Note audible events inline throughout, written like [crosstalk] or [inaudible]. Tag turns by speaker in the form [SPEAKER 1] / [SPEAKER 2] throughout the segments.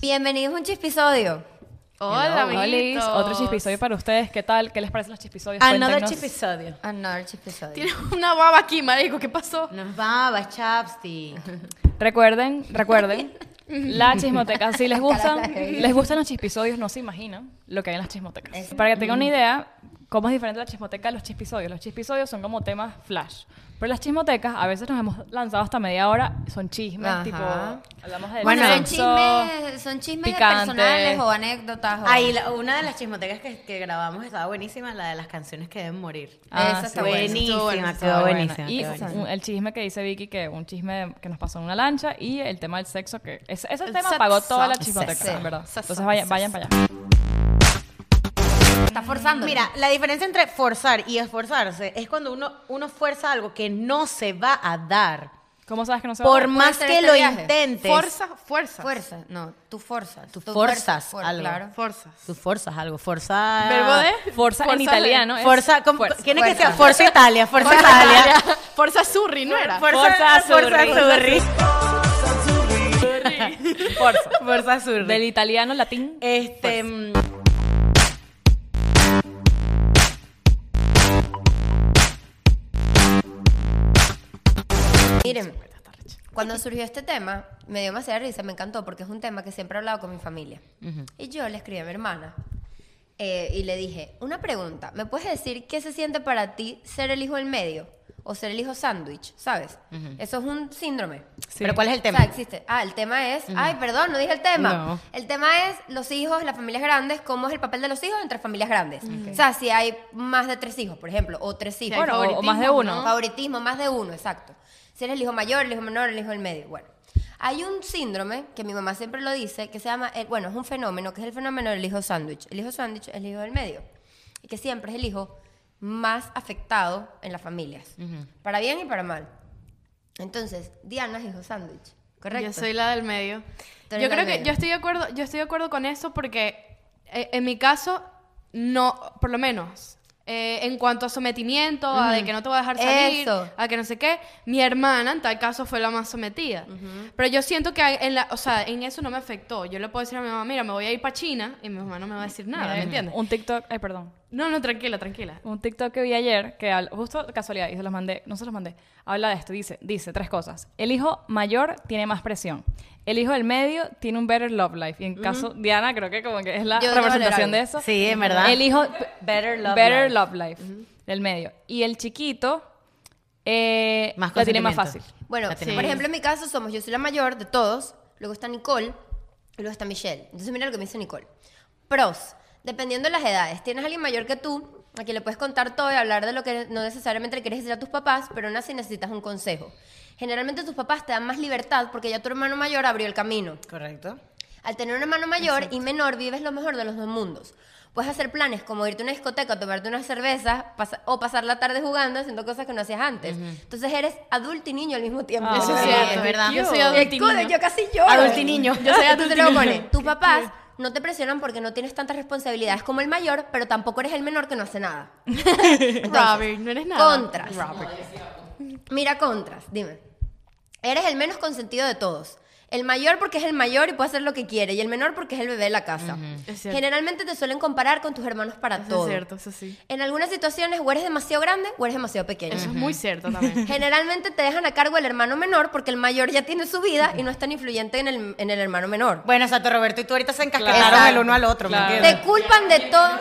[SPEAKER 1] Bienvenidos a un chispisodio.
[SPEAKER 2] Hola,
[SPEAKER 3] Hola, Liz.
[SPEAKER 2] amiguitos.
[SPEAKER 3] Otro chispisodio para ustedes. ¿Qué tal? ¿Qué les parecen los chispisodios?
[SPEAKER 4] Another
[SPEAKER 3] Cuéntenos.
[SPEAKER 4] episodio.
[SPEAKER 1] Another chispisodio.
[SPEAKER 2] Tiene [laughs] una baba aquí, marico. ¿Qué pasó?
[SPEAKER 4] Nos baba,
[SPEAKER 2] [laughs]
[SPEAKER 4] chapstick.
[SPEAKER 3] Recuerden,
[SPEAKER 1] [laughs]
[SPEAKER 3] recuerden. La chismoteca, si les
[SPEAKER 1] Cara
[SPEAKER 3] gustan,
[SPEAKER 1] de Heidi.
[SPEAKER 3] les gustan los chispisodios, no se imaginan lo que hay en las chismotecas. Para que tengan una idea, cómo es diferente la chismoteca a los chispisodios. Los chispisodios son como temas flash, pero las chismotecas a veces nos hemos lanzado hasta media hora, son chismes,
[SPEAKER 1] Ajá.
[SPEAKER 3] tipo hablamos de
[SPEAKER 1] Bueno, son
[SPEAKER 3] sexo, Ah,
[SPEAKER 1] chismes, son chismes
[SPEAKER 3] picante.
[SPEAKER 1] personales o anécdotas. o-
[SPEAKER 4] Ay, la- una de las chismotecas que, que grabamos estaba buenísima, la de las canciones que deben morir.
[SPEAKER 3] Ah,
[SPEAKER 1] Esa
[SPEAKER 3] sí.
[SPEAKER 1] está buena.
[SPEAKER 2] Estuvo buena,
[SPEAKER 4] Buenísima,
[SPEAKER 2] estuvo
[SPEAKER 4] quedó
[SPEAKER 3] Bueno,
[SPEAKER 4] buenísima.
[SPEAKER 3] Y
[SPEAKER 4] quedó buenísima.
[SPEAKER 3] un- el chisme que dice Vicky, que un chisme que nos pasó en una lancha, y el tema del sexo, que es- ese
[SPEAKER 2] El
[SPEAKER 3] tema
[SPEAKER 2] sexo.
[SPEAKER 3] pagó toda la
[SPEAKER 2] El
[SPEAKER 1] sexo.
[SPEAKER 3] chismoteca, en verdad.
[SPEAKER 2] Sexo,
[SPEAKER 3] Entonces vayan,
[SPEAKER 2] sexo.
[SPEAKER 3] vayan para allá.
[SPEAKER 1] Está forzando.
[SPEAKER 4] Mira, la diferencia entre forzar y esforzarse es cuando uno, uno fuerza algo que no se va a dar.
[SPEAKER 3] ¿Cómo sabes que no se va a
[SPEAKER 4] Por
[SPEAKER 3] dar?
[SPEAKER 4] más
[SPEAKER 1] ser
[SPEAKER 4] que
[SPEAKER 1] este
[SPEAKER 4] lo
[SPEAKER 1] viaje.
[SPEAKER 4] intentes.
[SPEAKER 2] Fuerza, fuerza.
[SPEAKER 1] fuerza. No, tú forzas.
[SPEAKER 4] Tú
[SPEAKER 1] Tú
[SPEAKER 4] forzas
[SPEAKER 1] fuer-
[SPEAKER 4] algo.
[SPEAKER 1] Claro.
[SPEAKER 2] Fuerzas.
[SPEAKER 4] Tú forzas algo. Forza.
[SPEAKER 2] Verbo de.
[SPEAKER 3] Forza, en
[SPEAKER 2] de-
[SPEAKER 3] italiano. es
[SPEAKER 4] Forza. ¿cómo-
[SPEAKER 3] fuerza.
[SPEAKER 4] ¿Quién es que
[SPEAKER 1] Fuerza.
[SPEAKER 4] sea? Forza Italia. Forza
[SPEAKER 2] Fuerza
[SPEAKER 4] Italia.
[SPEAKER 2] Italia. Fuerza Surri, ¿no era?
[SPEAKER 3] Forza
[SPEAKER 4] Forza
[SPEAKER 3] Zurri.
[SPEAKER 4] Zurri.
[SPEAKER 3] Forza.
[SPEAKER 4] Forza Zurri.
[SPEAKER 3] Del italiano latín.
[SPEAKER 4] Este. mm,
[SPEAKER 1] Miren, cuando surgió este tema, me dio demasiada risa, me encantó, porque es un tema que siempre he hablado con mi familia. Y yo le escribí a mi hermana eh, y le dije, una pregunta, ¿me puedes decir qué se siente para ti ser el hijo del medio o ser el hijo sándwich? ¿Sabes? Eso es un síndrome.
[SPEAKER 4] Pero ¿cuál es el tema?
[SPEAKER 1] O sea, existe. Ah, el tema es. Ay, perdón, no dije el tema.
[SPEAKER 3] No.
[SPEAKER 1] El tema es los hijos, las familias grandes, cómo es el papel de los hijos entre familias grandes. O sea, si hay más de tres hijos, por ejemplo, o tres hijos.
[SPEAKER 2] hay
[SPEAKER 3] Bueno, o- o más de uno.
[SPEAKER 1] ¿no? Favoritismo, más de uno, exacto. Si eres el hijo mayor, el hijo menor, el hijo del medio. Bueno, hay un síndrome que mi mamá siempre lo dice, que se llama, el- bueno, es un fenómeno, que es el fenómeno del hijo sándwich. El hijo sándwich es el hijo del medio. Y que siempre es el hijo más afectado en las familias. Para bien y para mal. Entonces, Diana es hijo sándwich, ¿correcto?
[SPEAKER 2] Yo soy la del medio.
[SPEAKER 1] Tú eres
[SPEAKER 2] Yo
[SPEAKER 1] la del
[SPEAKER 2] creo que
[SPEAKER 1] medio.
[SPEAKER 2] yo estoy de acuerdo, yo estoy de acuerdo con eso porque eh, en mi caso no, por lo menos eh, en cuanto a sometimiento, a de que no te voy a dejar salir,
[SPEAKER 1] Eso.
[SPEAKER 2] a que no sé qué, mi hermana en tal caso fue la más sometida. Pero yo siento que en la, o sea, en eso no me afectó. Yo le puedo decir a mi mamá, mira, me voy a ir para China y mi mamá no me va a decir nada, ¿me entiendes?
[SPEAKER 3] Un TikTok, ay, perdón.
[SPEAKER 2] No, no,
[SPEAKER 1] [laughs]
[SPEAKER 2] tranquila, tranquila.
[SPEAKER 3] Un TikTok que vi ayer, que habla- justo casualidad, y se los mandé, no se los mandé, habla de esto, dice, dice tres cosas. El hijo mayor tiene más presión. El hijo del medio tiene un better love life. Y en caso, Diana creo que como que es la
[SPEAKER 1] Yo debo
[SPEAKER 3] representación
[SPEAKER 1] leer
[SPEAKER 3] de
[SPEAKER 1] algo.
[SPEAKER 3] eso.
[SPEAKER 4] Sí, en verdad.
[SPEAKER 3] El hijo
[SPEAKER 4] Better love
[SPEAKER 3] better
[SPEAKER 4] life.
[SPEAKER 3] love life del medio. Y el chiquito eh,
[SPEAKER 4] Más
[SPEAKER 3] la tiene más fácil.
[SPEAKER 4] consentimiento.
[SPEAKER 1] Bueno,
[SPEAKER 4] La
[SPEAKER 1] sí.
[SPEAKER 4] tenemos.
[SPEAKER 1] por ejemplo, en mi caso somos, yo soy la mayor de todos, luego está Nicole, y luego está Michelle. Entonces mira lo que me dice Nicole. Pros, dependiendo de las edades, tienes a alguien mayor que tú, a quien le puedes contar todo y hablar de lo que no necesariamente le quieres decir a tus papás, pero aún así necesitas un consejo. Generalmente tus papás te dan más libertad porque ya tu hermano mayor abrió el camino.
[SPEAKER 4] Correcto.
[SPEAKER 1] Al tener un hermano mayor y menor, vives lo mejor de los dos mundos. Puedes hacer planes como irte a una discoteca, tomarte unas cervezas pasa- o pasar la tarde jugando haciendo cosas que no hacías antes. Entonces eres adulto y niño al mismo tiempo.
[SPEAKER 3] Ah,
[SPEAKER 2] eso es
[SPEAKER 3] sí,
[SPEAKER 2] cierto,
[SPEAKER 4] es verdad.
[SPEAKER 2] Yo soy
[SPEAKER 1] Qué
[SPEAKER 2] adulto y
[SPEAKER 1] cool,
[SPEAKER 2] niño.
[SPEAKER 1] Yo casi lloro.
[SPEAKER 4] Adulto y niño.
[SPEAKER 1] Yo soy adulto
[SPEAKER 4] Adulto
[SPEAKER 1] y
[SPEAKER 4] y
[SPEAKER 1] niño.
[SPEAKER 4] niño.
[SPEAKER 1] Tus papás no te presionan porque no tienes tantas responsabilidades como el mayor, pero tampoco eres el menor que no hace nada.
[SPEAKER 2] Robert, no eres nada.
[SPEAKER 1] Contras.
[SPEAKER 2] Robert.
[SPEAKER 1] Mira contras, dime. Eres el menos consentido de todos. El mayor porque es el mayor y puede hacer lo que quiere. Y el menor porque es el bebé de la casa.
[SPEAKER 2] Es cierto.
[SPEAKER 1] Generalmente te suelen comparar con tus hermanos para
[SPEAKER 2] Eso
[SPEAKER 1] todo.
[SPEAKER 2] es cierto, eso sí.
[SPEAKER 1] En algunas situaciones o eres demasiado grande o eres demasiado pequeño.
[SPEAKER 2] Eso es muy cierto también.
[SPEAKER 1] Generalmente te dejan a cargo el hermano menor porque el mayor ya tiene su vida y no es tan influyente en el, en el hermano menor.
[SPEAKER 4] Bueno, Santo Roberto y tú ahorita se encasquetaron
[SPEAKER 3] Claro.
[SPEAKER 4] el uno al otro,
[SPEAKER 3] Claro.
[SPEAKER 4] ¿me
[SPEAKER 1] Te
[SPEAKER 4] entiendes?
[SPEAKER 1] culpan de todo.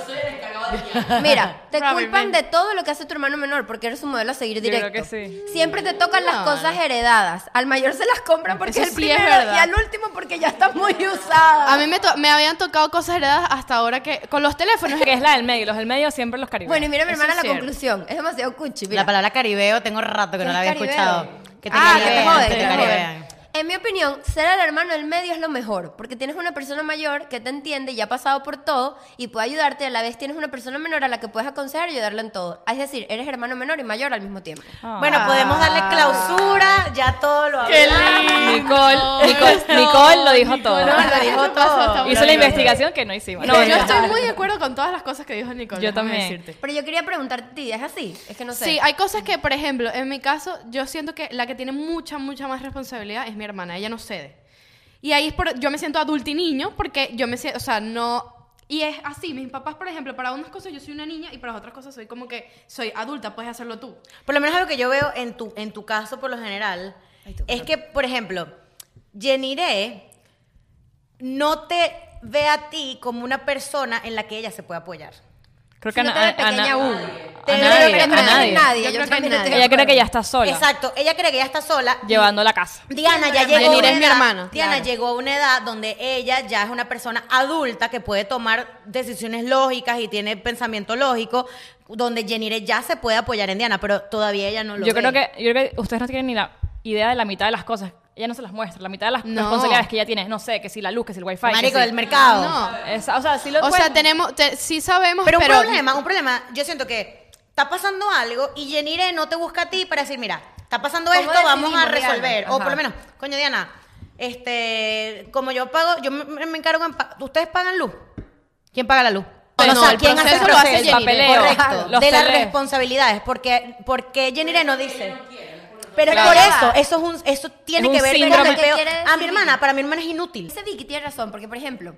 [SPEAKER 2] [laughs]
[SPEAKER 1] Mira, te
[SPEAKER 2] Probablemente.
[SPEAKER 1] culpan de todo lo que hace tu hermano menor porque eres su modelo a seguir
[SPEAKER 3] creo
[SPEAKER 1] directo.
[SPEAKER 3] que sí.
[SPEAKER 1] Siempre te tocan las cosas heredadas. Al mayor se las compran porque
[SPEAKER 2] Eso
[SPEAKER 1] es el
[SPEAKER 2] sí es
[SPEAKER 1] primero
[SPEAKER 2] verdad.
[SPEAKER 1] y al último porque ya está muy usada.
[SPEAKER 2] A mí me, to- me habían tocado cosas heredadas hasta ahora que con los teléfonos.
[SPEAKER 3] [laughs] Que es la del medio, los del medio siempre los caribeños.
[SPEAKER 1] bueno, y mira mi
[SPEAKER 2] Eso
[SPEAKER 1] hermana
[SPEAKER 2] es
[SPEAKER 1] la
[SPEAKER 2] cierto.
[SPEAKER 1] conclusión. Es demasiado cuchi. Mira.
[SPEAKER 4] La palabra caribeo tengo rato que no la había
[SPEAKER 1] ¿Qué es
[SPEAKER 4] escuchado.
[SPEAKER 1] caribeo?
[SPEAKER 4] Que te
[SPEAKER 1] ah, que te
[SPEAKER 4] caribean,
[SPEAKER 1] joden,
[SPEAKER 4] te
[SPEAKER 1] que te
[SPEAKER 4] caribean.
[SPEAKER 1] joden. En mi opinión, ser el hermano del medio es lo mejor, porque tienes una persona mayor que te entiende y ha pasado por todo y puede ayudarte, y a la vez tienes una persona menor a la que puedes aconsejar y ayudarla en todo. Es decir, eres hermano menor y mayor al mismo tiempo.
[SPEAKER 3] Ah.
[SPEAKER 4] Bueno, podemos darle clausura, ya todo lo
[SPEAKER 2] ¡Qué
[SPEAKER 4] hablamos.
[SPEAKER 3] Nicole,
[SPEAKER 2] lindo!
[SPEAKER 3] Nicole, Nicole lo dijo todo.
[SPEAKER 2] No,
[SPEAKER 4] lo dijo
[SPEAKER 2] eso pasó hasta
[SPEAKER 4] todo.
[SPEAKER 2] ahora.
[SPEAKER 3] Hizo la investigación que no hicimos.
[SPEAKER 2] No,
[SPEAKER 3] No,
[SPEAKER 2] yo
[SPEAKER 3] no.
[SPEAKER 2] estoy muy de acuerdo con todas las cosas que dijo Nicole.
[SPEAKER 3] Yo
[SPEAKER 2] déjame
[SPEAKER 3] también.
[SPEAKER 2] decirte.
[SPEAKER 1] Pero yo quería preguntarte a ti, ¿es así? Es que no sé.
[SPEAKER 2] Sí, hay cosas que, por ejemplo, en mi caso, yo siento que la que tiene mucha, mucha más responsabilidad es mi hermana. Ella no cede. Y Y ahí es por, yo me siento adulto y niño porque yo me siento, o sea, no... Y es así, mis papás, por ejemplo, para unas cosas yo soy una niña y para otras cosas soy como que soy adulta, puedes hacerlo tú.
[SPEAKER 4] Por lo menos algo que yo veo en tu, en tu caso, por lo general,
[SPEAKER 1] Ay, tú,
[SPEAKER 4] es que, por ejemplo, Jenire no te ve a ti como una persona en la que ella se puede apoyar.
[SPEAKER 3] Creo
[SPEAKER 1] Si
[SPEAKER 3] que
[SPEAKER 1] no
[SPEAKER 3] a,
[SPEAKER 1] te
[SPEAKER 3] na-
[SPEAKER 1] ve
[SPEAKER 3] a- a
[SPEAKER 1] pequeña
[SPEAKER 3] na-
[SPEAKER 1] aún.
[SPEAKER 4] Te
[SPEAKER 3] a
[SPEAKER 4] ve
[SPEAKER 3] nadie, a
[SPEAKER 4] pequeña,
[SPEAKER 3] nadie.
[SPEAKER 1] nadie.
[SPEAKER 2] Yo
[SPEAKER 1] Yo,
[SPEAKER 2] creo que
[SPEAKER 1] también estoy de
[SPEAKER 3] Ella cree que
[SPEAKER 1] acuerdo.
[SPEAKER 3] ya está sola.
[SPEAKER 4] Exacto, ella cree que ella está sola.
[SPEAKER 3] Llevando la casa.
[SPEAKER 4] Diana ya
[SPEAKER 1] Jenire
[SPEAKER 4] llegó a
[SPEAKER 2] es
[SPEAKER 4] una
[SPEAKER 2] mi
[SPEAKER 4] edad-
[SPEAKER 2] hermana.
[SPEAKER 4] Diana
[SPEAKER 1] Claro.
[SPEAKER 4] llegó a una edad donde ella ya es una persona adulta que puede tomar decisiones lógicas y tiene pensamiento lógico, donde Jenire ya se puede apoyar en Diana, pero todavía ella no lo
[SPEAKER 3] Yo
[SPEAKER 4] ve.
[SPEAKER 3] creo, que, yo creo que ustedes no tienen ni la idea de la mitad de las cosas. Ella no se las muestra. La mitad de las
[SPEAKER 2] No.
[SPEAKER 3] responsabilidades que ella tiene, no sé, que si la luz, que si el wifi. que
[SPEAKER 4] Marico
[SPEAKER 3] si-
[SPEAKER 4] del mercado.
[SPEAKER 2] No.
[SPEAKER 3] Esa- o sea, sí lo
[SPEAKER 2] O sea,
[SPEAKER 3] pueden-
[SPEAKER 2] tenemos, te- sí sabemos,
[SPEAKER 4] Pero
[SPEAKER 2] pero...
[SPEAKER 4] un problema, un problema, yo siento que está pasando algo y Jenire no te busca a ti para decir, mira, está pasando
[SPEAKER 1] ¿Cómo
[SPEAKER 4] esto, vamos a
[SPEAKER 1] decidimos,
[SPEAKER 4] resolver.
[SPEAKER 1] Diana?
[SPEAKER 4] O por
[SPEAKER 1] Ajá.
[SPEAKER 4] lo menos, coño Diana, este, como yo pago, yo me, me encargo en pa- ¿Ustedes pagan luz? ¿Quién paga la luz?
[SPEAKER 1] Pues
[SPEAKER 2] No,
[SPEAKER 4] o sea,
[SPEAKER 2] el
[SPEAKER 4] ¿quién hace el
[SPEAKER 2] proceso lo hace
[SPEAKER 4] proceso?
[SPEAKER 3] El papeleo,
[SPEAKER 4] Correcto,
[SPEAKER 3] los
[SPEAKER 4] de las
[SPEAKER 3] teles.
[SPEAKER 4] responsabilidades, porque, porque Jenire no dice. Pero
[SPEAKER 1] Claro.
[SPEAKER 4] es por eso, eso, es un, eso tiene
[SPEAKER 3] Es
[SPEAKER 4] que
[SPEAKER 3] un
[SPEAKER 4] ver
[SPEAKER 3] síndrome.
[SPEAKER 4] con el peo.
[SPEAKER 1] ¿Qué quiere
[SPEAKER 4] A mi
[SPEAKER 1] decir?
[SPEAKER 4] hermana, para mi hermana es inútil.
[SPEAKER 1] Dice Vicky tiene razón, porque por ejemplo,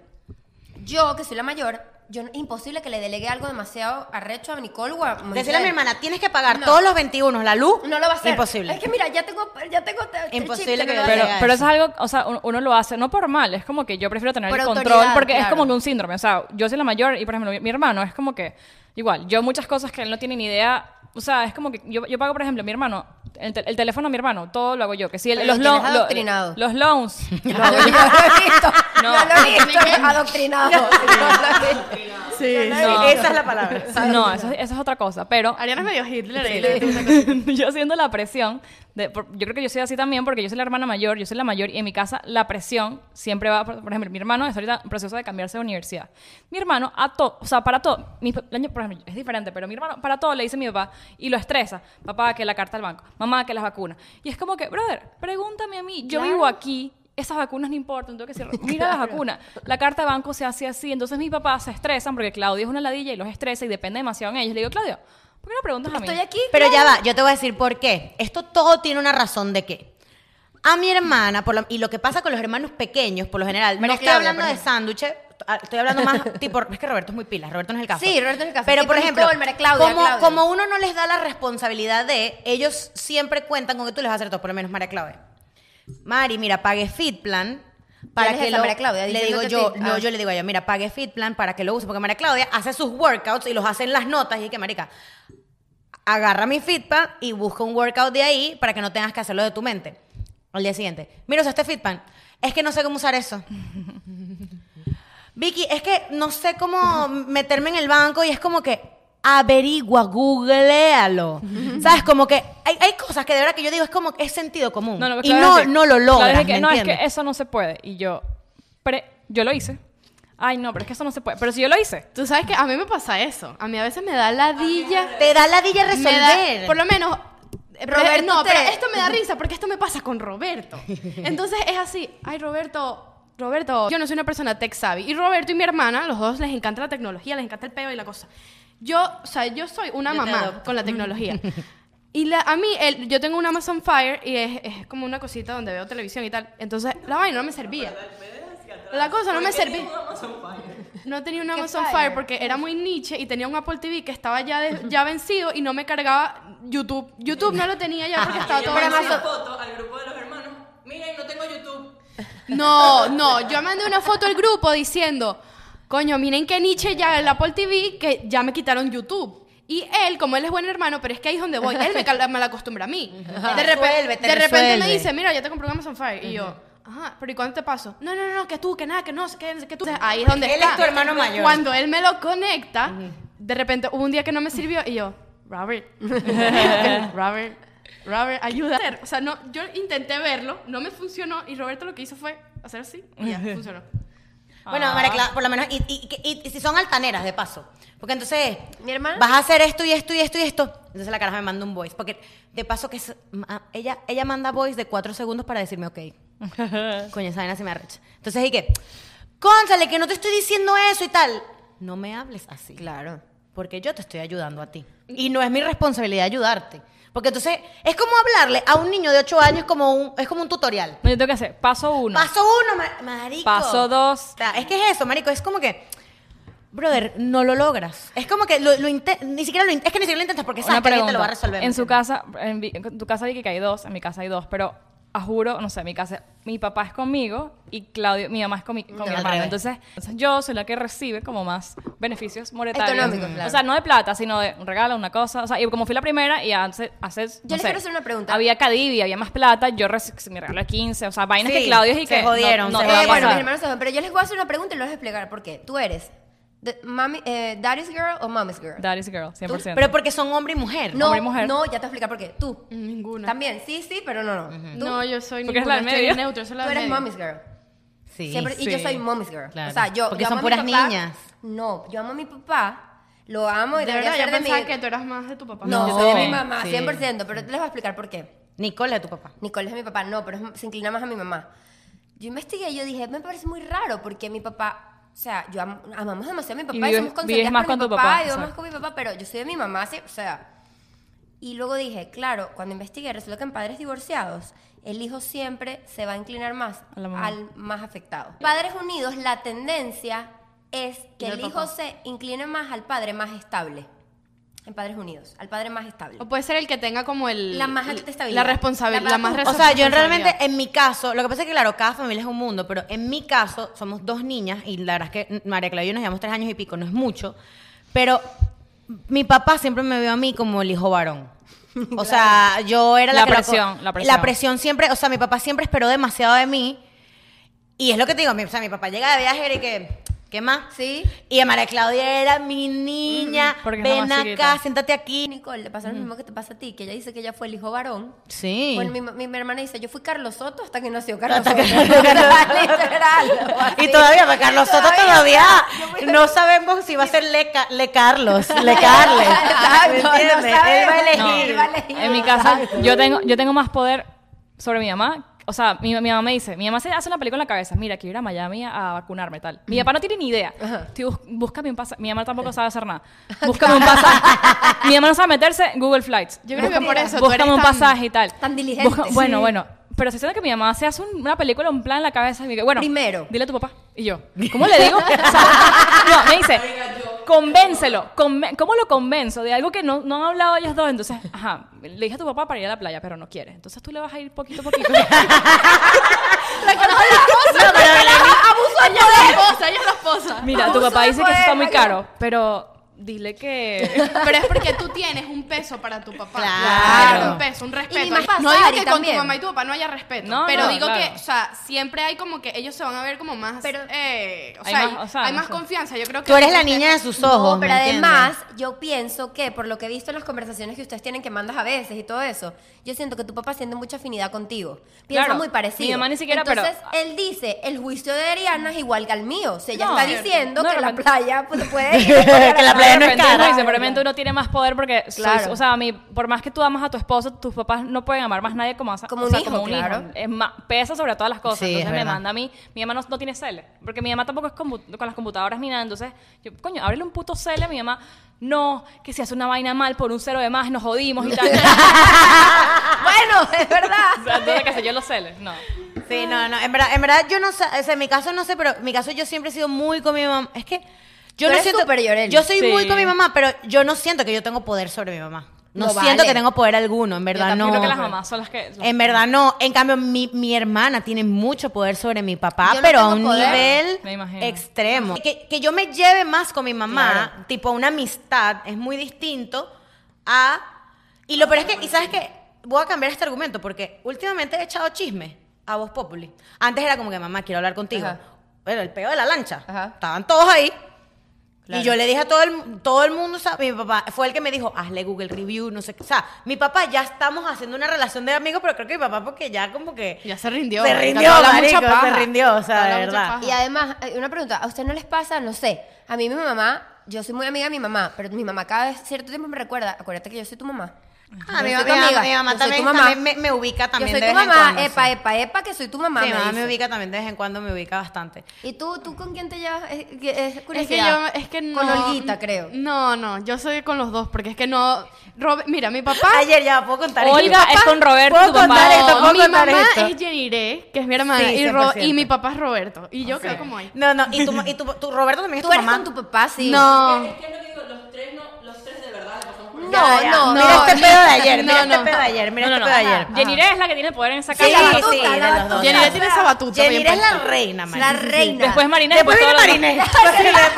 [SPEAKER 1] yo que soy la mayor, yo no- imposible que le delegue algo demasiado arrecho a Nicole o a Moisés.
[SPEAKER 4] Decirle a mi hermana, tienes que pagar
[SPEAKER 1] No.
[SPEAKER 4] todos los 21 la luz.
[SPEAKER 1] No lo va a hacer.
[SPEAKER 4] Imposible.
[SPEAKER 1] Es que mira, ya tengo, ya tengo te- el
[SPEAKER 4] Imposible
[SPEAKER 1] chip
[SPEAKER 4] que
[SPEAKER 1] no lo haga.
[SPEAKER 4] le
[SPEAKER 3] Pero,
[SPEAKER 4] llega a
[SPEAKER 3] pero
[SPEAKER 4] eso.
[SPEAKER 3] eso es algo, o sea, un- uno lo hace, no por mal, es como que yo prefiero tener
[SPEAKER 1] Por
[SPEAKER 3] el control
[SPEAKER 1] autoridad,
[SPEAKER 3] porque es
[SPEAKER 1] claro.
[SPEAKER 3] como que un síndrome, o sea, yo soy la mayor y por ejemplo mi, mi hermano es como que, igual, yo muchas cosas que él no tiene ni idea, o sea, es como que yo, yo pago por ejemplo mi hermano, el, te- el teléfono de mi hermano, todo lo hago yo, que si el-
[SPEAKER 1] Pero
[SPEAKER 3] los,
[SPEAKER 1] lo tienes
[SPEAKER 3] lo-
[SPEAKER 1] adoctrinado. [laughs]
[SPEAKER 3] los loans,
[SPEAKER 1] Yo lo he visto.
[SPEAKER 3] No.
[SPEAKER 1] Yo lo he visto adoctrinado. Sí,
[SPEAKER 3] no.
[SPEAKER 4] Esa es la [laughs] palabra.
[SPEAKER 3] no, eso, eso es otra cosa, pero
[SPEAKER 2] Ariana es medio Hitler. ¿eh?
[SPEAKER 3] Este, [laughs] yo siento la presión, de, por- yo creo que yo soy así también porque yo soy la hermana mayor, yo soy la mayor y en mi casa la presión siempre va, por, por ejemplo, mi hermano está ahorita en proceso de cambiarse de universidad. Mi hermano a todo, o sea, para todo, mi pa- el año, por ejemplo, es diferente, pero mi hermano para todo le dice a mi papá y lo estresa, papá que la carta al banco, mamá que las vacunas. Y es como que, brother, pregúntame a mí, yo vivo aquí. Esas vacunas no importan, tengo que
[SPEAKER 1] [laughs]
[SPEAKER 3] decir, mira las vacunas. La carta de banco se hace así. Entonces mis papás se estresan porque Claudio es una ladilla y los estresa y depende demasiado en ellos. Le digo, Claudio, ¿por qué no preguntas a mí?
[SPEAKER 1] Estoy aquí.
[SPEAKER 4] Pero ya va, yo te voy a decir por qué. Esto todo tiene una razón de qué. A mi hermana, por lo- y lo que pasa con los hermanos pequeños, por lo general,
[SPEAKER 1] María
[SPEAKER 4] no estoy
[SPEAKER 1] Claudia,
[SPEAKER 4] hablando
[SPEAKER 1] por
[SPEAKER 4] de sándwiches, ah, estoy hablando más [laughs] tipo, es que Roberto es muy pila, Roberto no es el caso.
[SPEAKER 1] Sí, Roberto no es el caso.
[SPEAKER 4] Pero
[SPEAKER 1] Tipo
[SPEAKER 4] por ejemplo,
[SPEAKER 1] Nicole, María Claudia,
[SPEAKER 4] como,
[SPEAKER 1] Claudia.
[SPEAKER 4] como uno no les da la responsabilidad de, ellos siempre cuentan con que tú les vas a hacer todo, por lo menos María Claudia. Mari, mira, pague Fitplan para
[SPEAKER 1] ¿Quién es
[SPEAKER 4] que
[SPEAKER 1] esa
[SPEAKER 4] lo
[SPEAKER 1] María Claudia?
[SPEAKER 4] le digo
[SPEAKER 1] Diciéndote
[SPEAKER 4] yo,
[SPEAKER 1] tip.
[SPEAKER 4] no,
[SPEAKER 1] Ah.
[SPEAKER 4] yo le digo a ella, mira, pague Fitplan para que lo use, porque María Claudia hace sus workouts y los hace en las notas y es que marica, agarra mi Fitpan y busca un workout de ahí para que no tengas que hacerlo de tu mente. Al día siguiente, mira, usé este Fitpan. Es que no sé cómo usar eso. Vicky, es que no sé
[SPEAKER 3] [laughs]
[SPEAKER 4] cómo meterme en el banco y es como que averigua,
[SPEAKER 3] [laughs]
[SPEAKER 4] googlealo. ¿Sabes? Como que hay, hay cosas que de verdad que yo digo es como que es sentido común.
[SPEAKER 3] No, no,
[SPEAKER 4] Mm. y
[SPEAKER 3] Claudia
[SPEAKER 4] no,
[SPEAKER 3] dice-
[SPEAKER 4] no lo
[SPEAKER 3] Claudia
[SPEAKER 4] logras,
[SPEAKER 3] dice que,
[SPEAKER 4] ¿me
[SPEAKER 3] no, es
[SPEAKER 4] entiendes?
[SPEAKER 3] que eso no se puede. Y yo, pre- yo lo hice. Ay, no, pero es que eso no se puede. Pero si yo lo hice.
[SPEAKER 2] Tú sabes que a mí me pasa eso. A mí a veces me da ladilla.
[SPEAKER 4] Te da la dilla
[SPEAKER 2] me da-
[SPEAKER 4] resolver.
[SPEAKER 2] por lo menos. eh, pero-
[SPEAKER 1] Roberto
[SPEAKER 2] no,
[SPEAKER 1] te-
[SPEAKER 2] pero esto me da risa porque esto me pasa con
[SPEAKER 1] [laughs]
[SPEAKER 2] Roberto. Entonces es así, ay Roberto, Roberto, yo no soy una persona tech savvy y Roberto y mi hermana, los dos les encanta la tecnología, les encanta el peo y la cosa. Yo, o sea, yo soy una
[SPEAKER 1] Yo te
[SPEAKER 2] mamá
[SPEAKER 1] adopto.
[SPEAKER 2] con
[SPEAKER 1] [laughs]
[SPEAKER 2] la tecnología. Y la- a mí, el- yo tengo un Amazon Fire y es, es como una cosita donde veo televisión y tal. Entonces, la vaina no me servía. La cosa no me servía. No tenía un Amazon
[SPEAKER 1] fire?
[SPEAKER 2] Fire porque era muy niche y tenía un Apple TV que estaba ya, de- ya vencido y no me cargaba YouTube. YouTube no lo tenía ya porque estaba todo
[SPEAKER 1] Pero
[SPEAKER 2] vencido.
[SPEAKER 1] Amazon-
[SPEAKER 5] foto al grupo de los hermanos. Miren, no tengo YouTube.
[SPEAKER 2] No, no, yo mandé una foto al grupo diciendo, coño, miren que Nietzsche ya el Apple TV, que ya me quitaron YouTube. Y él, como él es buen hermano, pero es que ahí es donde voy, él me, [laughs] cal- me la acostumbra a mí. De, repe-
[SPEAKER 4] Resuelve, te
[SPEAKER 2] de repente me
[SPEAKER 4] resuelve.
[SPEAKER 2] dice, mira, ya te compré un Amazon Fire. Y yo, ajá, pero ¿y cuándo te paso? No, no, no, que tú, que nada, que no, que, que tú. Ahí es donde
[SPEAKER 4] Él
[SPEAKER 2] está.
[SPEAKER 4] es tu hermano mayor.
[SPEAKER 2] Cuando él me lo conecta, de repente hubo un día que no me sirvió y yo, [laughs] Robert, Robert, Robert, ayuda. O sea, no, yo intenté verlo, no me funcionó y Roberto lo que hizo fue hacer así y ya, funcionó. Ah.
[SPEAKER 4] Bueno, María Clara, por lo menos, y, y- que- y- y si son altaneras, de paso. Porque entonces,
[SPEAKER 1] Mi hermana-
[SPEAKER 4] vas a hacer esto y esto y esto y esto. Entonces la caraja me manda un voice. Porque de paso que es- ma- ella, ella manda voice de cuatro segundos para decirme,
[SPEAKER 2] [laughs]
[SPEAKER 4] ok. Coño, esa vaina se me arrecha. Entonces dije, cónchale, que no te estoy diciendo eso y tal. No me hables así.
[SPEAKER 1] Claro.
[SPEAKER 4] Porque yo te estoy ayudando a ti. Y no es mi responsabilidad ayudarte. Porque entonces es como hablarle a un niño de 8 años como un, es como un tutorial.
[SPEAKER 3] No, yo tengo que hacer paso uno.
[SPEAKER 4] Paso uno, ma- marico.
[SPEAKER 3] Paso dos.
[SPEAKER 4] O sea, es que es eso, marico. Es como que, brother, no lo logras. Es como que lo, lo inte- ni siquiera lo in- es que ni siquiera lo intentas porque sabes
[SPEAKER 3] Una
[SPEAKER 4] que alguien te
[SPEAKER 3] pregunta.
[SPEAKER 4] lo va a resolver.
[SPEAKER 3] En su
[SPEAKER 4] ¿me entiendes?
[SPEAKER 3] casa, en, vi- en tu casa vi que hay dos, en mi casa hay dos, pero a juro, no sé, en mi casa, mi papá es conmigo y Claudio, mi mamá es con mi, con mi
[SPEAKER 4] al
[SPEAKER 3] hermano.
[SPEAKER 4] revés.
[SPEAKER 3] Entonces, entonces yo soy la que recibe como más beneficios monetarios.
[SPEAKER 1] Económicos, claro.
[SPEAKER 3] O sea, no de plata, sino de un regalo, una cosa. O sea, y como fui la primera y hace, hace Yo
[SPEAKER 1] les quiero hacer una pregunta.
[SPEAKER 3] Había Cadivi, había más plata, yo reci- mi regalo de 15, o sea, vainas
[SPEAKER 4] Sí,
[SPEAKER 3] que Claudio y
[SPEAKER 4] se
[SPEAKER 3] que
[SPEAKER 4] jodieron,
[SPEAKER 3] no, no
[SPEAKER 4] se
[SPEAKER 3] te va a
[SPEAKER 1] Eh, bueno,
[SPEAKER 3] pasar.
[SPEAKER 1] mis hermanos saben, pero yo les voy a hacer una pregunta y les voy a explicar por qué. Tú eres de- mami, eh, daddy's girl o mommy's girl.
[SPEAKER 3] That is a girl, 100%.
[SPEAKER 4] Pero porque son hombre y mujer.
[SPEAKER 1] no,
[SPEAKER 3] hombre y mujer.
[SPEAKER 1] no, ya te voy a explicar por qué. Tú.
[SPEAKER 2] Ninguna.
[SPEAKER 1] También, sí, sí, pero no, no. Tú,
[SPEAKER 2] No, yo soy
[SPEAKER 3] Porque
[SPEAKER 2] ninguna,
[SPEAKER 3] es la del
[SPEAKER 2] estoy
[SPEAKER 3] medio.
[SPEAKER 2] neutro, soy la
[SPEAKER 1] tú
[SPEAKER 2] del
[SPEAKER 1] eres
[SPEAKER 2] medio.
[SPEAKER 1] mommy's girl.
[SPEAKER 4] Sí.
[SPEAKER 1] Siempre- Y yo
[SPEAKER 3] Sí.
[SPEAKER 1] soy mommy's girl.
[SPEAKER 4] Claro.
[SPEAKER 1] O sea, yo.
[SPEAKER 4] Porque
[SPEAKER 1] yo
[SPEAKER 4] son
[SPEAKER 1] amo a mi
[SPEAKER 4] puras
[SPEAKER 1] papá.
[SPEAKER 4] niñas.
[SPEAKER 1] No, yo amo a mi papá, lo amo y
[SPEAKER 2] De
[SPEAKER 1] debería ser
[SPEAKER 2] verdad, yo
[SPEAKER 1] de
[SPEAKER 2] pensaba
[SPEAKER 1] mi-
[SPEAKER 2] que tú eras más de tu papá.
[SPEAKER 3] Pues
[SPEAKER 1] No,
[SPEAKER 4] Yo
[SPEAKER 1] yo
[SPEAKER 4] soy de
[SPEAKER 1] de
[SPEAKER 4] mi-
[SPEAKER 1] mi mamá,
[SPEAKER 4] sí.
[SPEAKER 1] 100%, pero les voy a explicar por qué.
[SPEAKER 4] Nicole es tu papá.
[SPEAKER 1] Nicole es mi papá, no, pero es- se inclina más a mi mamá. Yo investigué, yo dije, me parece muy raro porque mi papá, o sea, yo am- amamos demasiado a mi papá, y
[SPEAKER 3] vives-
[SPEAKER 1] somos
[SPEAKER 3] vives
[SPEAKER 1] consentidas
[SPEAKER 3] más
[SPEAKER 1] por
[SPEAKER 3] con
[SPEAKER 1] mi
[SPEAKER 3] tu
[SPEAKER 1] papá,
[SPEAKER 3] papá,
[SPEAKER 1] y vivo más
[SPEAKER 3] exacto.
[SPEAKER 1] con mi papá, pero yo soy de mi mamá, sí, o sea. Y luego dije, claro, cuando investigué, resulta que en padres divorciados, el hijo siempre se va a inclinar más
[SPEAKER 3] A la mamá.
[SPEAKER 1] al más afectado. Padres unidos, la tendencia es que
[SPEAKER 2] Del
[SPEAKER 1] el hijo
[SPEAKER 2] papá.
[SPEAKER 1] se incline más al padre más estable. En padres unidos, al padre más estable.
[SPEAKER 2] O puede ser el que tenga como el...
[SPEAKER 1] La más alta estabilidad.
[SPEAKER 2] La responsabilidad.
[SPEAKER 1] La
[SPEAKER 2] La, más
[SPEAKER 1] más-
[SPEAKER 4] O sea, yo
[SPEAKER 2] responsabilidad.
[SPEAKER 4] realmente, en mi caso, lo que pasa es que, claro, cada familia es un mundo, pero en mi caso, somos dos niñas, y la verdad es que María Claudia y yo nos llevamos tres años y pico, no es mucho, pero mi papá siempre me vio a mí como el hijo
[SPEAKER 3] [laughs]
[SPEAKER 4] varón. O sea, yo era la,
[SPEAKER 3] La
[SPEAKER 4] que co-
[SPEAKER 3] presión, la presión.
[SPEAKER 4] La presión siempre, o sea, mi papá siempre esperó demasiado de mí, y es lo que te digo, mi, o sea, mi papá llega de viaje y que, ¿qué más?
[SPEAKER 1] ¿Sí?
[SPEAKER 4] Y María Claudia era mi niña,
[SPEAKER 3] Mm, porque es la
[SPEAKER 4] ven
[SPEAKER 3] más
[SPEAKER 4] acá,
[SPEAKER 3] chiquita.
[SPEAKER 4] siéntate
[SPEAKER 1] Y
[SPEAKER 4] aquí.
[SPEAKER 1] Nicole, le pasa lo mismo que te pasa a ti, que ella dice que ella fue el hijo varón.
[SPEAKER 4] Sí.
[SPEAKER 1] Bueno, mi, mi- mi hermana dice, yo fui Carlos Soto hasta que nació Carlos
[SPEAKER 4] Hasta
[SPEAKER 1] Soto. [laughs]
[SPEAKER 4] que nació Carlos Soto.
[SPEAKER 1] Literal, o así.
[SPEAKER 4] Y todavía, para Carlos Soto todavía.
[SPEAKER 1] Yo fui-
[SPEAKER 4] No sabemos si va a ser Le, Ca- Le Carlos,
[SPEAKER 1] [laughs]
[SPEAKER 4] Le Carles.
[SPEAKER 1] Exacto,
[SPEAKER 4] ¿Me
[SPEAKER 1] no
[SPEAKER 4] entiendes? Él va a
[SPEAKER 1] sabemos.
[SPEAKER 4] elegir.
[SPEAKER 1] Él va a elegir.
[SPEAKER 3] En mi casa, yo tengo, yo tengo más poder sobre mi mamá. O sea, mi, mi mamá me dice, mi mamá se hace una película en la cabeza, mira, quiero ir a Miami a vacunarme, tal. Mi papá no tiene ni idea. Estoy bus- búscame un pasaje. Mi mamá tampoco sabe hacer
[SPEAKER 2] [laughs]
[SPEAKER 3] nada. Búscame un pasaje. mi mamá no sabe meterse en Google Flights.
[SPEAKER 2] Yo creo que por eso tú
[SPEAKER 3] Búscame
[SPEAKER 2] eres
[SPEAKER 3] un
[SPEAKER 2] tan-
[SPEAKER 3] pasaje y tal.
[SPEAKER 1] tan diligente.
[SPEAKER 3] bueno,
[SPEAKER 1] Sí.
[SPEAKER 3] bueno. Pero se siente que mi mamá se hace un- una película, un plan en la cabeza. Y me dice, bueno,
[SPEAKER 1] Primero.
[SPEAKER 3] Dile a tu papá. Y yo, ¿cómo le digo? [laughs] O sea, no, me dice, convéncelo. conven- ¿Cómo lo convenzo? De algo que no, no han hablado ellos dos. Entonces, ajá, le dije a tu papá para ir a la playa, pero no quiere. Entonces tú le vas a ir poquito a poquito.
[SPEAKER 4] No, pero
[SPEAKER 2] Ella es la esposa, ella es la esposa.
[SPEAKER 3] Mira, tu
[SPEAKER 1] Abuso
[SPEAKER 3] papá
[SPEAKER 1] de
[SPEAKER 3] dice que eso está muy
[SPEAKER 1] poder,
[SPEAKER 3] caro, pero dile que...
[SPEAKER 2] Pero es porque tú tienes un peso para tu papá.
[SPEAKER 4] Claro.
[SPEAKER 2] Tienes Un peso, un respeto.
[SPEAKER 1] Y más pasar,
[SPEAKER 2] no digo
[SPEAKER 1] y
[SPEAKER 2] que
[SPEAKER 1] también.
[SPEAKER 2] con tu mamá y tu papá no haya respeto.
[SPEAKER 3] No,
[SPEAKER 2] pero
[SPEAKER 3] no,
[SPEAKER 2] digo
[SPEAKER 3] claro.
[SPEAKER 2] que, o sea, siempre hay como que ellos se van a ver como más.
[SPEAKER 1] Pero-
[SPEAKER 2] eh, o,
[SPEAKER 3] Hay
[SPEAKER 2] sea,
[SPEAKER 3] más- o sea,
[SPEAKER 2] hay
[SPEAKER 3] no
[SPEAKER 2] más
[SPEAKER 3] sé.
[SPEAKER 2] confianza. Yo creo que.
[SPEAKER 4] Tú eres la niña de sus ojos.
[SPEAKER 1] No, pero
[SPEAKER 4] ¿me entiendes?
[SPEAKER 1] además, yo pienso que por lo que he visto en las conversaciones que ustedes tienen que mandas a veces y todo eso, yo siento que tu papá siente mucha afinidad contigo. Piensa
[SPEAKER 3] Claro,
[SPEAKER 1] muy parecido.
[SPEAKER 3] mi mamá ni siquiera, pero-
[SPEAKER 1] Entonces, él dice, el juicio de Ariana es igual que al mío. O sea, ella
[SPEAKER 3] No,
[SPEAKER 1] está
[SPEAKER 3] cierto.
[SPEAKER 1] diciendo
[SPEAKER 3] No,
[SPEAKER 1] que
[SPEAKER 3] de
[SPEAKER 1] la
[SPEAKER 3] repente-
[SPEAKER 1] playa pues,
[SPEAKER 4] [laughs]
[SPEAKER 1] puede ir.
[SPEAKER 4] que la playa no es
[SPEAKER 3] De repente uno
[SPEAKER 4] cara.
[SPEAKER 3] dice, probablemente uno tiene más poder porque, sois-
[SPEAKER 1] Claro.
[SPEAKER 3] o sea, a mí, por más que tú amas a tu esposo, tus papás no pueden amar más nadie como, a-
[SPEAKER 1] Como
[SPEAKER 3] o
[SPEAKER 1] un
[SPEAKER 3] sea,
[SPEAKER 1] hijo,
[SPEAKER 3] como un hijo.
[SPEAKER 1] claro.
[SPEAKER 3] Es ma- pesa sobre todas las cosas.
[SPEAKER 4] Sí, es
[SPEAKER 3] entonces me
[SPEAKER 4] verdad.
[SPEAKER 3] manda a mí, mi mamá no, no tiene cele, porque mi mamá tampoco es compu- con las computadoras ni nada. Entonces, yo, coño, ábrele un puto cele a mi mamá. No, que si hace una vaina mal por un cero de más, nos jodimos y
[SPEAKER 1] [laughs]
[SPEAKER 4] [laughs]
[SPEAKER 3] tal.
[SPEAKER 1] bueno, es verdad.
[SPEAKER 3] O sea, entonces, que sé yo los celes, no.
[SPEAKER 4] Sí, no, no. En verdad, en verdad yo no sé. O sea, en mi caso no sé, pero en mi caso yo siempre he sido muy con mi mamá. Es que
[SPEAKER 1] Tú
[SPEAKER 4] yo no
[SPEAKER 1] eres
[SPEAKER 4] siento.
[SPEAKER 1] súper llorel.
[SPEAKER 4] yo soy
[SPEAKER 3] Sí.
[SPEAKER 4] muy con mi mamá, pero yo no siento que yo tengo poder sobre mi mamá. No,
[SPEAKER 1] No
[SPEAKER 4] siento
[SPEAKER 1] vale.
[SPEAKER 4] que tengo poder alguno, en verdad
[SPEAKER 3] Yo
[SPEAKER 4] no. Em,
[SPEAKER 3] creo que las mamás son las que... las-
[SPEAKER 4] En verdad no. En cambio, mi, mi hermana tiene mucho poder sobre mi papá,
[SPEAKER 1] Yo no
[SPEAKER 4] pero a
[SPEAKER 1] tengo
[SPEAKER 4] un
[SPEAKER 1] poder.
[SPEAKER 3] Me
[SPEAKER 4] nivel
[SPEAKER 3] imagino.
[SPEAKER 4] extremo. Que, que yo me lleve más con mi mamá, tipo una amistad, es muy distinto a... Y lo peor es que, y sabes que voy a cambiar este argumento porque últimamente he echado chisme a Voz Populi. Antes era como que, mamá, quiero hablar contigo.
[SPEAKER 1] Ajá.
[SPEAKER 4] Bueno, el peo de la lancha.
[SPEAKER 1] Ajá.
[SPEAKER 4] Estaban todos ahí.
[SPEAKER 1] Claro.
[SPEAKER 4] Y yo le dije a todo el, todo el mundo, o sea, mi papá fue el que me dijo, hazle Google Review, no sé qué. O sea, mi papá ya estamos haciendo una relación de amigos, pero creo que mi papá porque ya como que...
[SPEAKER 2] Ya se rindió.
[SPEAKER 4] Se
[SPEAKER 2] marica,
[SPEAKER 4] rindió,
[SPEAKER 2] habla mucha
[SPEAKER 4] marico,
[SPEAKER 2] paja.
[SPEAKER 4] se rindió, o sea,
[SPEAKER 2] Habla
[SPEAKER 4] de
[SPEAKER 2] mucha
[SPEAKER 4] verdad.
[SPEAKER 2] paja.
[SPEAKER 1] Y además, eh, una pregunta, ¿a usted no les pasa? No sé. A mí mi mamá, yo soy muy amiga de mi mamá, pero mi mamá cada vez cierto tiempo me recuerda, acuérdate que yo soy tu mamá.
[SPEAKER 4] Ah,
[SPEAKER 1] Yo
[SPEAKER 4] mi,
[SPEAKER 1] soy tu
[SPEAKER 4] mi-
[SPEAKER 1] amiga,
[SPEAKER 4] mi mamá
[SPEAKER 1] yo soy
[SPEAKER 4] también,
[SPEAKER 1] tu mamá.
[SPEAKER 4] también me, me ubica también
[SPEAKER 1] Yo
[SPEAKER 4] de
[SPEAKER 1] soy tu
[SPEAKER 4] vez en
[SPEAKER 1] mamá,
[SPEAKER 4] cuando,
[SPEAKER 1] epa,
[SPEAKER 4] sí.
[SPEAKER 1] epa, epa, que soy tu mamá.
[SPEAKER 4] Sí,
[SPEAKER 1] me
[SPEAKER 4] mi mamá me
[SPEAKER 1] dice.
[SPEAKER 4] ubica también de vez en cuando, me ubica bastante.
[SPEAKER 1] ¿Y tú, tú con quién te llevas? Es, que- es
[SPEAKER 2] Es que
[SPEAKER 1] curiosidad.
[SPEAKER 2] yo, es que no.
[SPEAKER 1] Con Olguita, creo.
[SPEAKER 2] No, no, yo soy con los dos, porque es que no. Rob- mira, mi papá.
[SPEAKER 4] Ayer ya puedo contar
[SPEAKER 3] Olga
[SPEAKER 4] esto.
[SPEAKER 3] es con Roberto,
[SPEAKER 4] ¿Puedo
[SPEAKER 3] tu papá.
[SPEAKER 4] contar esto? ¿Puedo
[SPEAKER 2] mi
[SPEAKER 4] contar
[SPEAKER 2] mamá
[SPEAKER 4] esto?
[SPEAKER 2] es Jeniré, que es mi hermana,
[SPEAKER 4] Sí,
[SPEAKER 2] y, Ro-
[SPEAKER 4] 100%.
[SPEAKER 2] y mi papá es Roberto. Y yo quedo como ahí.
[SPEAKER 4] No, no, y tu, ma- y tu, tu Roberto también es
[SPEAKER 1] Tú
[SPEAKER 4] tu
[SPEAKER 1] eres
[SPEAKER 4] mamá.
[SPEAKER 1] con tu papá, sí.
[SPEAKER 2] No.
[SPEAKER 5] Es que es lo que digo, los tres, no, los tres de verdad le pasamos por
[SPEAKER 1] No,
[SPEAKER 4] Ya, ya.
[SPEAKER 1] no,
[SPEAKER 4] Mira
[SPEAKER 1] no.
[SPEAKER 4] este
[SPEAKER 1] [laughs]
[SPEAKER 4] pedo de ayer, mira
[SPEAKER 2] No,
[SPEAKER 4] este
[SPEAKER 2] no.
[SPEAKER 4] pedo de ayer, mira
[SPEAKER 3] No, no,
[SPEAKER 4] este
[SPEAKER 3] no.
[SPEAKER 4] pedo de ayer.
[SPEAKER 3] Jeniré es la que tiene el poder en esa
[SPEAKER 1] Sí,
[SPEAKER 3] casa.
[SPEAKER 1] la
[SPEAKER 4] sí,
[SPEAKER 1] batuta,
[SPEAKER 4] sí,
[SPEAKER 1] la
[SPEAKER 4] de los dos.
[SPEAKER 1] batuta.
[SPEAKER 2] Jeniré tiene esa batuta. bien
[SPEAKER 4] Jeniré es la
[SPEAKER 2] puesta.
[SPEAKER 4] reina, man.
[SPEAKER 1] La reina.
[SPEAKER 3] Después Marina
[SPEAKER 4] Después viene
[SPEAKER 3] toda la-
[SPEAKER 4] Marinés.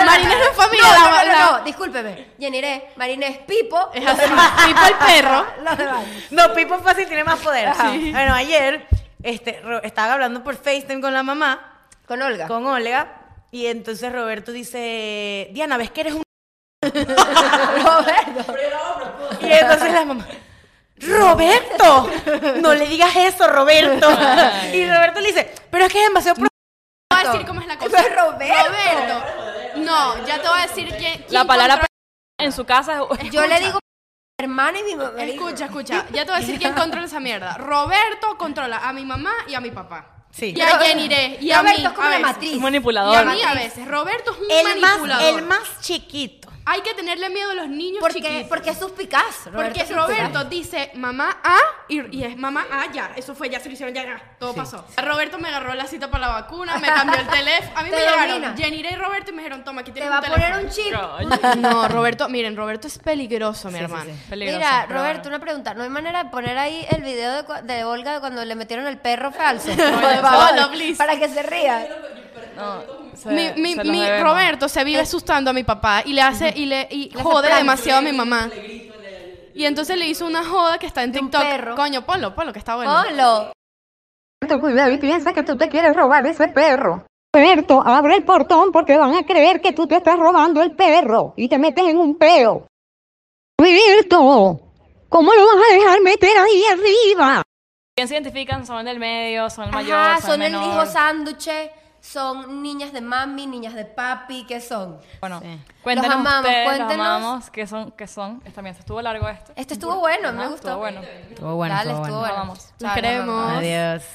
[SPEAKER 2] Marina es la familia.
[SPEAKER 1] No,
[SPEAKER 2] la-
[SPEAKER 1] no, no,
[SPEAKER 2] la-
[SPEAKER 1] no, no, discúlpeme. Jeniré, Marinés, Pipo.
[SPEAKER 2] Es así, tipo el perro.
[SPEAKER 1] Los demás.
[SPEAKER 4] [laughs] No, Pipo fácil tiene más poder. Bueno, ayer este, Ro- estaba hablando por FaceTime con la mamá,
[SPEAKER 1] Con Olga. [laughs]
[SPEAKER 4] con Olga, y entonces Roberto dice, Diana, ¿ves que eres un... [laughs]
[SPEAKER 1] Roberto.
[SPEAKER 4] Y entonces la mamá... Roberto, no le digas eso, Roberto. [laughs] Y Roberto le dice, pero es que es demasiado... pro-".
[SPEAKER 2] Te voy a decir cómo es la cosa.
[SPEAKER 1] Pero Roberto.
[SPEAKER 2] Roberto. No, ya te voy a decir quién. quién
[SPEAKER 3] La palabra
[SPEAKER 2] controla-
[SPEAKER 3] [laughs] en su casa
[SPEAKER 1] [laughs]
[SPEAKER 3] es... [laughs]
[SPEAKER 1] Yo le digo hermana y mi mamá.
[SPEAKER 2] Escucha, escucha. Ya te voy a decir quién controla esa mierda. Roberto controla a mi mamá y a mi papá.
[SPEAKER 4] Sí.
[SPEAKER 2] Y a Jeniré. Y a
[SPEAKER 1] Roberto
[SPEAKER 2] mí,
[SPEAKER 1] es como
[SPEAKER 2] a
[SPEAKER 1] la
[SPEAKER 2] veces.
[SPEAKER 1] matriz.
[SPEAKER 2] Y a
[SPEAKER 3] manipulador.
[SPEAKER 2] mí a veces. Roberto es un
[SPEAKER 4] El más,
[SPEAKER 2] manipulador.
[SPEAKER 4] el más chiquito.
[SPEAKER 2] Hay que tenerle miedo a los niños
[SPEAKER 1] Porque,
[SPEAKER 2] chiquitos.
[SPEAKER 1] porque es suspicaz. Roberto
[SPEAKER 2] Porque
[SPEAKER 1] es suspicaz.
[SPEAKER 2] Roberto dice mamá A y, y es mamá A ya. Eso fue, ya se lo hicieron, ya, ya. Todo pasó. Roberto me agarró la cita para la vacuna, me cambió el teléfono. A
[SPEAKER 1] [laughs]
[SPEAKER 2] mí
[SPEAKER 1] Te
[SPEAKER 2] me llegaron
[SPEAKER 1] domina.
[SPEAKER 2] Jeniré y Roberto y me dijeron, toma, aquí
[SPEAKER 1] Te
[SPEAKER 2] tienes
[SPEAKER 1] va a
[SPEAKER 2] un teléfono.
[SPEAKER 1] poner un chip.
[SPEAKER 2] [laughs] No, Roberto, miren, Roberto es peligroso, mi hermano.
[SPEAKER 3] Peligroso,
[SPEAKER 1] Mira,
[SPEAKER 3] pero
[SPEAKER 1] Roberto,
[SPEAKER 3] bueno.
[SPEAKER 1] una pregunta. ¿No hay manera de poner ahí el video de, cua- de Olga de cuando le metieron el perro falso?
[SPEAKER 2] Por favor, please.
[SPEAKER 1] Para que se ría.
[SPEAKER 3] No, se-
[SPEAKER 2] Mi, mi-
[SPEAKER 3] se los
[SPEAKER 2] mi
[SPEAKER 3] debemos.
[SPEAKER 2] Roberto se vive asustando a mi papá y le hace y le
[SPEAKER 1] [laughs]
[SPEAKER 2] y
[SPEAKER 1] Eh. hace
[SPEAKER 2] jode
[SPEAKER 1] pranks.
[SPEAKER 2] demasiado a mi mamá. Y entonces le hizo una joda que está en
[SPEAKER 1] un
[SPEAKER 2] TikTok.
[SPEAKER 1] perro.
[SPEAKER 2] Coño, ponlo, ponlo, que está bueno.
[SPEAKER 1] Polo.
[SPEAKER 6] Roberto, cuidado y piensa que tú te quieres robar ese perro. Roberto, abre el portón porque van a creer que tú te estás robando el perro y te metes en un peo. Roberto, ¿cómo lo vas a dejar meter ahí arriba?
[SPEAKER 3] ¿Quién se identifican? Son del medio, son el mayor,
[SPEAKER 1] Ajá,
[SPEAKER 3] son,
[SPEAKER 1] son el
[SPEAKER 3] menor.
[SPEAKER 1] hijo sánduche. Son niñas de mami, niñas de papi. ¿Qué son?
[SPEAKER 3] Bueno,
[SPEAKER 1] Los
[SPEAKER 3] cuéntenos
[SPEAKER 1] amamos,
[SPEAKER 3] ustedes,
[SPEAKER 1] cuéntenos.
[SPEAKER 3] los amamos, qué son, qué son. Es- También se estuvo largo esto.
[SPEAKER 1] Este estuvo bueno, me
[SPEAKER 3] Ajá,
[SPEAKER 1] gustó.
[SPEAKER 3] Estuvo bueno.
[SPEAKER 4] Estuvo bueno,
[SPEAKER 1] Dale,
[SPEAKER 4] estuvo
[SPEAKER 1] estuvo
[SPEAKER 4] bueno.
[SPEAKER 1] bueno.
[SPEAKER 3] Vamos.
[SPEAKER 1] Chao, nos
[SPEAKER 2] queremos.
[SPEAKER 1] vemos.
[SPEAKER 4] Adiós.